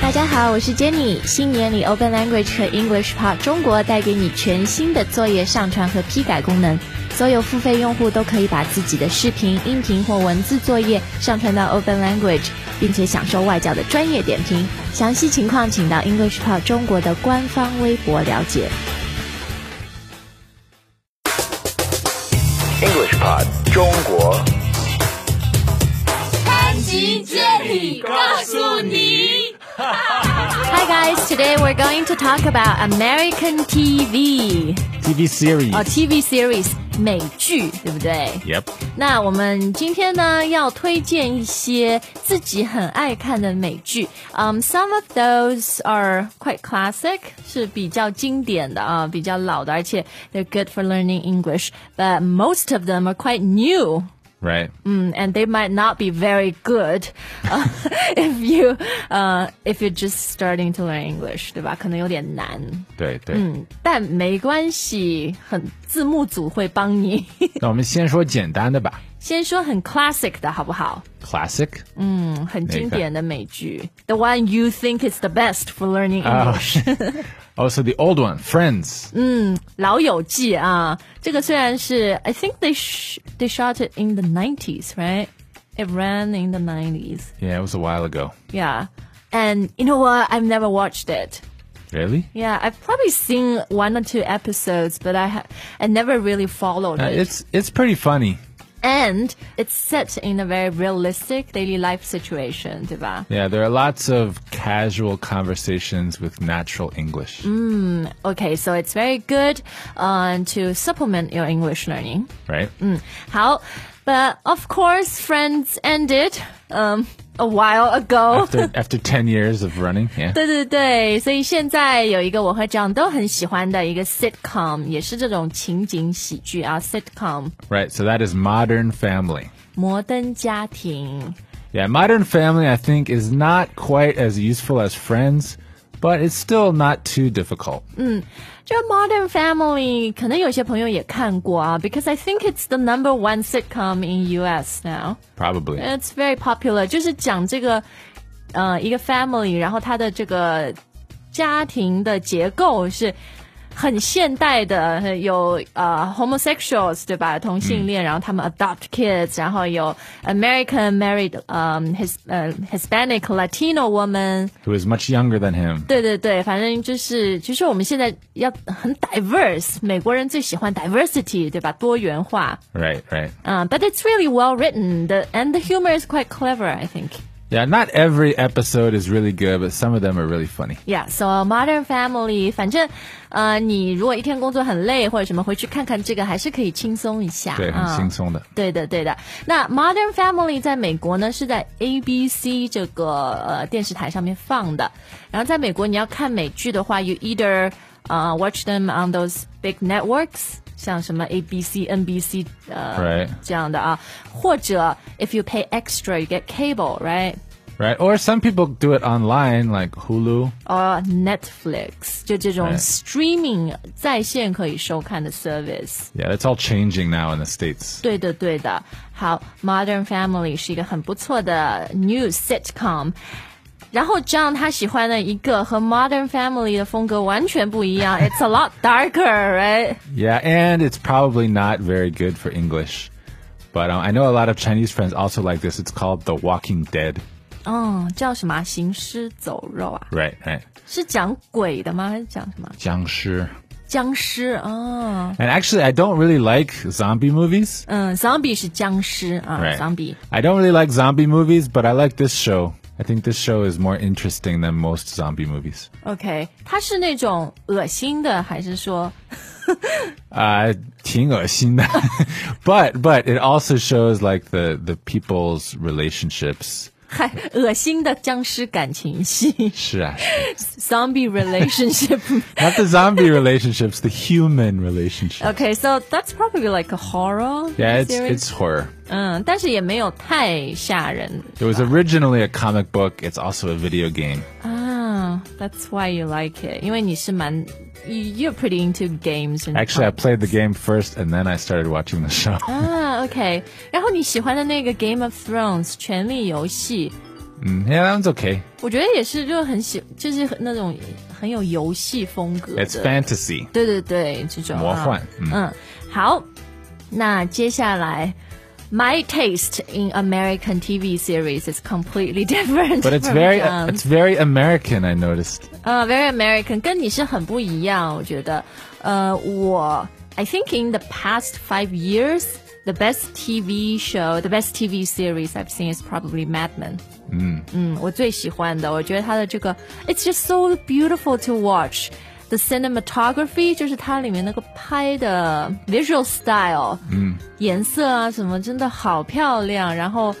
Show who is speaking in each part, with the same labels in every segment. Speaker 1: 大家好，我是 Jenny。新年里 Open Language 和 English Pod 中国带给你全新的作业上传和批改功能。所有付费用户都可以把自己的视频、音频或文字作业上传到 Open Language，并且享受外教的专业点评。详细情况请到 English Pod 中国的官方微博了解。
Speaker 2: English Pod 中国
Speaker 3: 集见你，告诉你。
Speaker 1: Hi guys, today we're going to talk about American TV
Speaker 4: TV series.
Speaker 1: 哦、t v series 美剧，对不对？
Speaker 4: Yep.
Speaker 1: 那我们今天呢，要推荐一些自己很爱看的美剧。嗯、s o m e of those are quite classic，是比较经典的啊，比较老的，而且 they're good for learning English。But most of them are quite new。
Speaker 4: Right.
Speaker 1: Mm, and they might not be very good uh, if you uh, if you're just starting to learn English，对吧？可能有点难，
Speaker 4: 对对。
Speaker 1: 但没关系，很字幕组会帮你。
Speaker 4: 那我们先说简单的吧。
Speaker 1: 先说很 classic 的好不好？
Speaker 4: Classic.
Speaker 1: 嗯，很经
Speaker 4: 哪个
Speaker 1: 典的美剧，The one you think is the best for learning
Speaker 4: Ah.
Speaker 1: English，、
Speaker 4: Also the old one, Friends.
Speaker 1: 老友记》啊。这个虽然是 I think they sh they shot it in the 90s, right? It ran in the 90s.
Speaker 4: Yeah, it was a while ago.
Speaker 1: Yeah. And you know what? I've never watched it.
Speaker 4: Really?
Speaker 1: Yeah, I've probably seen one or two episodes, but I ha- I never really followed
Speaker 4: Uh,
Speaker 1: it.
Speaker 4: it's it's pretty funny.
Speaker 1: And it's set in a very realistic daily life situation, 对吧？
Speaker 4: Yeah, there are lots of casual conversations with natural English.
Speaker 1: Okay, so it's very good um, to supplement your English learning.
Speaker 4: Right?
Speaker 1: Mm. 好, but of course, Friends ended um, a while ago.
Speaker 4: After after ten years of running, yeah.
Speaker 1: 对对对，所以现在有一个我和 John 都很喜欢的一个 sitcom，也是这种情景喜剧啊，sitcom《
Speaker 4: Right. So that is Modern Family.
Speaker 1: 摩登家庭
Speaker 4: Yeah, Modern Family I think is not quite as useful as Friends, but it's still not too difficult.》。
Speaker 1: 这《Modern Family》可能有些朋友也看过啊，because I think it's the number one sitcom in US now。
Speaker 4: Probably.
Speaker 1: It's very popular，就是讲这个呃一个 family，然后它的这个家庭的结构是很现代的，有呃 homosexuals 对吧？同性恋，然后他们 adopt kids，然后有 American married 呃 his 呃 Hispanic Latino woman，
Speaker 4: Who is much younger than him.
Speaker 1: 对对对，反正就是其实我们现在要很 diverse，美国人最喜欢 diversity 对吧？多元化，
Speaker 4: Right, right.
Speaker 1: 嗯、b u t it's really well written. The and the humor is quite clever, I think.
Speaker 4: Yeah, not every episode is really good, but some of them are really funny.
Speaker 1: Yeah, so Modern Family，反正，呃，你如果一天工作很累或者什么，回去看看这个还是可以轻松一下。
Speaker 4: 对，很
Speaker 1: 啊
Speaker 4: 轻松的。
Speaker 1: 对的，对的。那 Modern Family 在美国呢是在 ABC 这个呃电视台上面放的，然后在美国你要看美剧的话，you either 呃 watch them on those big networks，像什么 ABC、NBC 呃
Speaker 4: Right
Speaker 1: 这样的啊，或者 if you pay extra，you get cable，right？
Speaker 4: Right? Or some people do it online, like Hulu.
Speaker 1: or Netflix，就这种
Speaker 4: 哎
Speaker 1: streaming 在线可以收看的 service。
Speaker 4: Yeah, that's all changing now in the States.
Speaker 1: 对的，对的。好，《Modern Family》是一个很不错的 new sitcom。然后 John 他喜欢的一个和《Modern Family》的风格完全不一样 ，It's a lot darker，right？
Speaker 4: Yeah, and it's probably not very good for English. But um, I know a lot of Chinese friends also like this. It's called The Walking Dead.
Speaker 1: 哦，叫什么啊？行尸走肉啊？
Speaker 4: Right, right.
Speaker 1: 是讲鬼的吗？还是讲什么？
Speaker 4: 僵尸.
Speaker 1: 僵尸啊、哦
Speaker 4: And actually, I don't really like zombie movies.
Speaker 1: 嗯，zombie 是僵尸啊
Speaker 4: Right.
Speaker 1: Uh, zombie。
Speaker 4: I don't really like zombie movies, but I like this show. I think this show is more interesting than most zombie movies.
Speaker 1: OK，它是那种恶心的，还是说
Speaker 4: Uh, 挺恶心的. but but it also shows like the the people's relationships.
Speaker 1: 还恶心的僵尸感情戏
Speaker 4: 是啊，
Speaker 1: （zombie relationship）
Speaker 4: Not the zombie relationships, the human relationships.
Speaker 1: Okay, so that's probably like a horror.
Speaker 4: Yeah, it's
Speaker 1: series.
Speaker 4: it's horror.
Speaker 1: 嗯，但是也没有太吓人
Speaker 4: It was originally a comic book. It's also a video game.
Speaker 1: 啊。That's why you like it，因为你是蛮 you- you're pretty into games. And
Speaker 4: Actually, I played the game first, and then I started watching the show.
Speaker 1: 啊，OK。然后你喜欢的那个 Game of Thrones 权力游戏
Speaker 4: Mm, yeah, that one's okay.
Speaker 1: 我觉得也是，就很喜，就是很那种很有游戏风格的
Speaker 4: It's fantasy.
Speaker 1: 对对对，这种啊
Speaker 4: 魔幻嗯
Speaker 1: 嗯，好，那接下来。My taste in American TV series is completely different.
Speaker 4: But it's
Speaker 1: from
Speaker 4: very uh,
Speaker 1: John's.
Speaker 4: it's very American, I noticed.
Speaker 1: 呃、v e r y American，跟你是很不一样，我觉得。呃，我 I think in the past five years, the best TV show, the best TV series I've seen is probably Mad Men。嗯嗯，我最喜欢的，我觉得它的这个 It's just so beautiful to watch。The cinematography 就是它里面那个拍的 visual style，嗯，颜色啊什么真的好漂亮，然后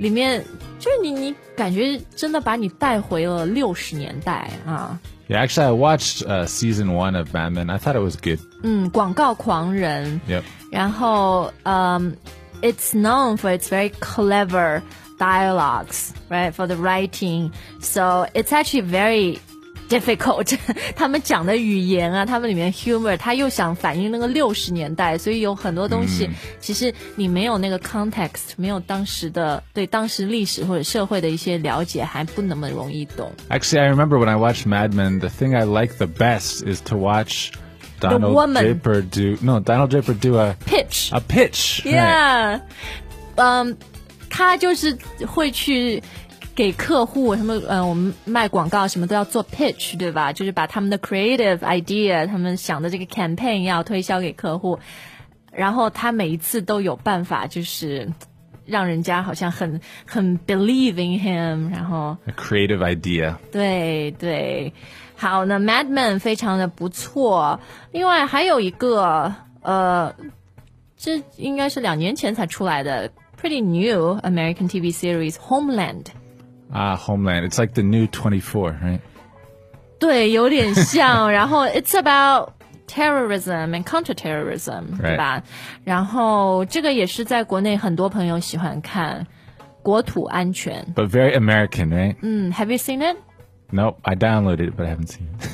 Speaker 1: 里面就是你你感觉真的把你带回了六十年代啊，
Speaker 4: Yeah, actually I watched uh, season 1 of Batman. I thought it was good.
Speaker 1: 嗯，广告狂人，
Speaker 4: Yep.
Speaker 1: 然后嗯、i t s known for its very clever dialogues, right, for the writing. So it's actually very difficult. 他们讲的语言啊，他们里面 humor，他又想反映那个六十年代，所以有很多东西、其实你没有那个 context，没有当时的对当时历史或者社会的一些了解，还不那么容易懂。
Speaker 4: Actually, I remember when I watched Mad Men, the thing I like the best is to watch Donald
Speaker 1: woman.
Speaker 4: Draper do no, Donald Draper do a
Speaker 1: Pitch.
Speaker 4: a pitch. right.
Speaker 1: Yeah，嗯、他就是会去给客户什么，呃，我们卖广告什么都要做 pitch，对吧？就是把他们的 creative idea，他们想的这个 campaign 要推销给客户，然后他每一次都有办法，就是让人家好像很很 believe in him，然后
Speaker 4: A creative idea.
Speaker 1: 对对，好，那 Mad Men 非常的不错。另外还有一个，呃，这应该是两年前才出来的 pretty new American TV series Homeland。
Speaker 4: Ah, Homeland. It's like the new 24, right?
Speaker 1: 对，有点像。然后 it's about terrorism and counterterrorism，、对吧？然后这个也是在国内很多朋友喜欢看，国土安全。
Speaker 4: But very American, right?
Speaker 1: 嗯，Have you seen it？
Speaker 4: Nope, I downloaded it, but I haven't seen it.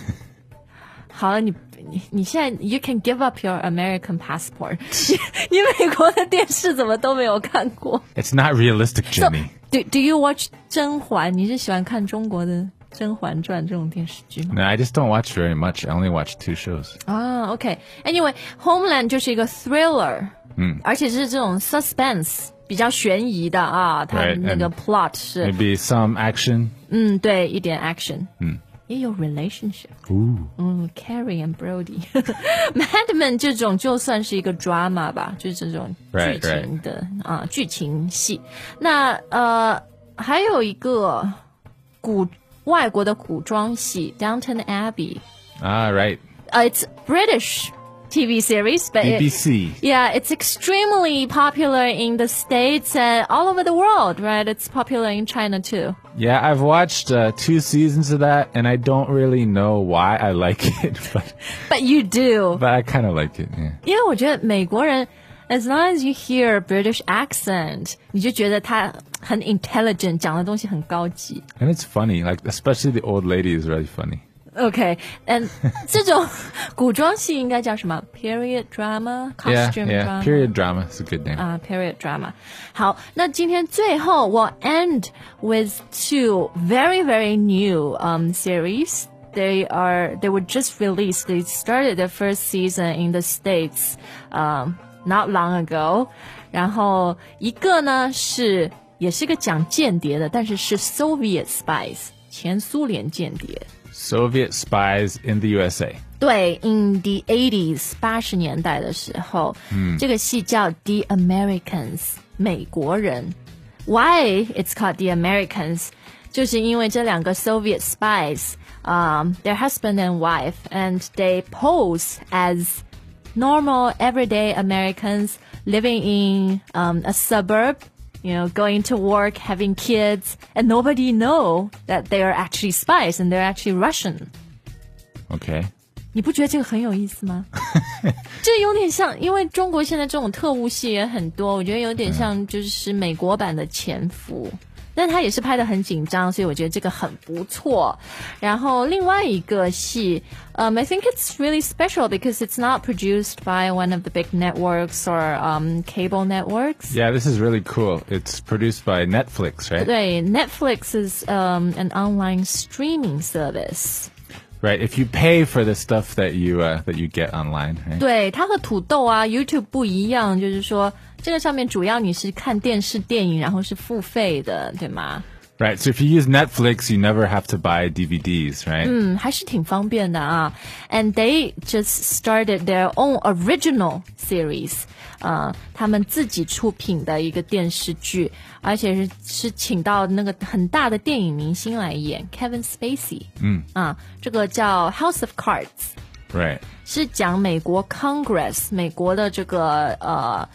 Speaker 1: 好了，你你你现在 you can give up your American passport，你 你美国的电视怎么都没有看过
Speaker 4: It's not realistic,
Speaker 1: So,
Speaker 4: Jimmy.
Speaker 1: ？Do Do you watch 甄嬛？你是喜欢看中国的《甄嬛传》这种电视剧吗？
Speaker 4: No, I just don't watch very much. I only watch two shows.
Speaker 1: 啊，OK，Anyway，Homeland 就是一个 thriller，嗯，而且是这种 suspense 比较悬疑的啊，它
Speaker 4: Right,
Speaker 1: 那个
Speaker 4: and
Speaker 1: plot 是
Speaker 4: Maybe some action.
Speaker 1: 嗯，对，一点 action，嗯，也有 relationship，嗯，Carrie and Brody，Mad Men 这种就算是一个 drama 吧，就是这种剧
Speaker 4: Right,
Speaker 1: 情的啊剧情戏。那呃，还有一个古外国的古装戏《Downton Abbey》，
Speaker 4: Ah, right.
Speaker 1: 呃，it's British TV series，but it-
Speaker 4: BBC.
Speaker 1: Yeah, it's extremely popular in the States and all over the world, right? It's popular in China too.
Speaker 4: Yeah, I've watched uh, two seasons of that, and I don't really know why I like it, but,
Speaker 1: But you do.
Speaker 4: but I kind of like it. Yeah.
Speaker 1: 因为我觉得美国人，as long as you hear a British accent，你就觉得他很 intelligent，讲的东西很高级。
Speaker 4: And it's funny, like especially the old lady is really funny.
Speaker 1: OK，and、这种古装戏应该叫什么？period
Speaker 4: yeah,
Speaker 1: drama，costume
Speaker 4: yeah.
Speaker 1: drama。
Speaker 4: Period drama is a good name.
Speaker 1: 啊、p e r i o d drama。好，那今天最后我 end with two very very new um series. They are they were just released. They started their first season in the states, um, not long ago. 然后一个呢是也是个讲间谍的，但是是 Soviet spies 前苏联间谍。
Speaker 4: Soviet spies in the USA.
Speaker 1: 对，in the eighties 八十年代的时候，嗯，这个戏叫《The Americans》美国人。Why it's called The Americans？就是因为这两个 Soviet spies，啊、t h e i r husband and wife，and they pose as normal everyday Americans living in um, a suburb, you know, going to work, having kids, and nobody know that they are actually spies and they're actually Russian.
Speaker 4: Okay.
Speaker 1: 你不觉得这个很有意思吗？这有点像，因为中国现在这种特务戏也很多，我觉得有点像就是美国版的《潜伏》。但他也是拍的很紧张，所以我觉得这个很不错。然后另外一个戏，嗯、i think it's really special because it's not produced by one of the big networks or um cable networks.
Speaker 4: Yeah, this is really cool. It's produced by Netflix, right?
Speaker 1: 对，Netflix is um an online streaming service。
Speaker 4: Right. If you pay for the stuff that you uh, that you get online, right?
Speaker 1: 对，它和土豆啊 YouTube 不一样，就是说这个上面主要你是看电视、电影，然后是付费的，对吗？
Speaker 4: Right. So if you use Netflix, you never have to buy DVDs, right?
Speaker 1: 嗯，还是挺方便的啊。And they just started their own original series，呃，他们自己出品的一个电视剧，而且是是请到那个很大的电影明星来演 Kevin Spacey。嗯，啊，这个叫《House of Cards》。
Speaker 4: Right.
Speaker 1: 是讲美国 Congress 美国的这个呃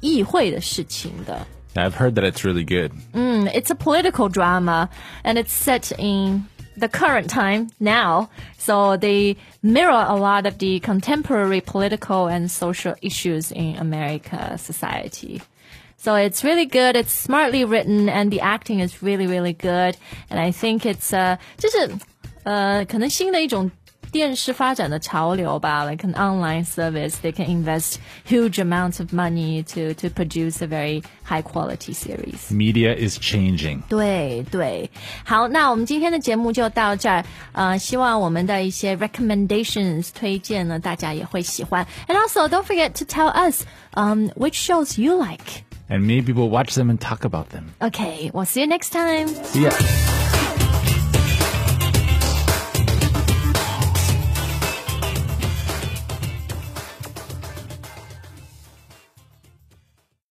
Speaker 1: 议会的事情的。
Speaker 4: Yeah, I've heard that it's really good.
Speaker 1: Mm, It's a political drama, and it's set in the current time now. So they mirror a lot of the contemporary political and social issues in America society. So it's really good. It's smartly written, and the acting is really, really good. And I think it's uh, 就是呃，可能新的一种电视发展的潮流吧，like an online service, they can invest huge amounts of money to to produce a very high quality series.
Speaker 4: Media is changing.
Speaker 1: 对对，好，那我们今天的节目就到这儿。呃，希望我们的一些 recommendations 推荐呢，大家也会喜欢。And also, don't forget to tell us, um, which shows you like. Uh.
Speaker 4: And maybe we'll watch them and talk about them.
Speaker 1: Okay, we'll see you next time.
Speaker 4: See ya.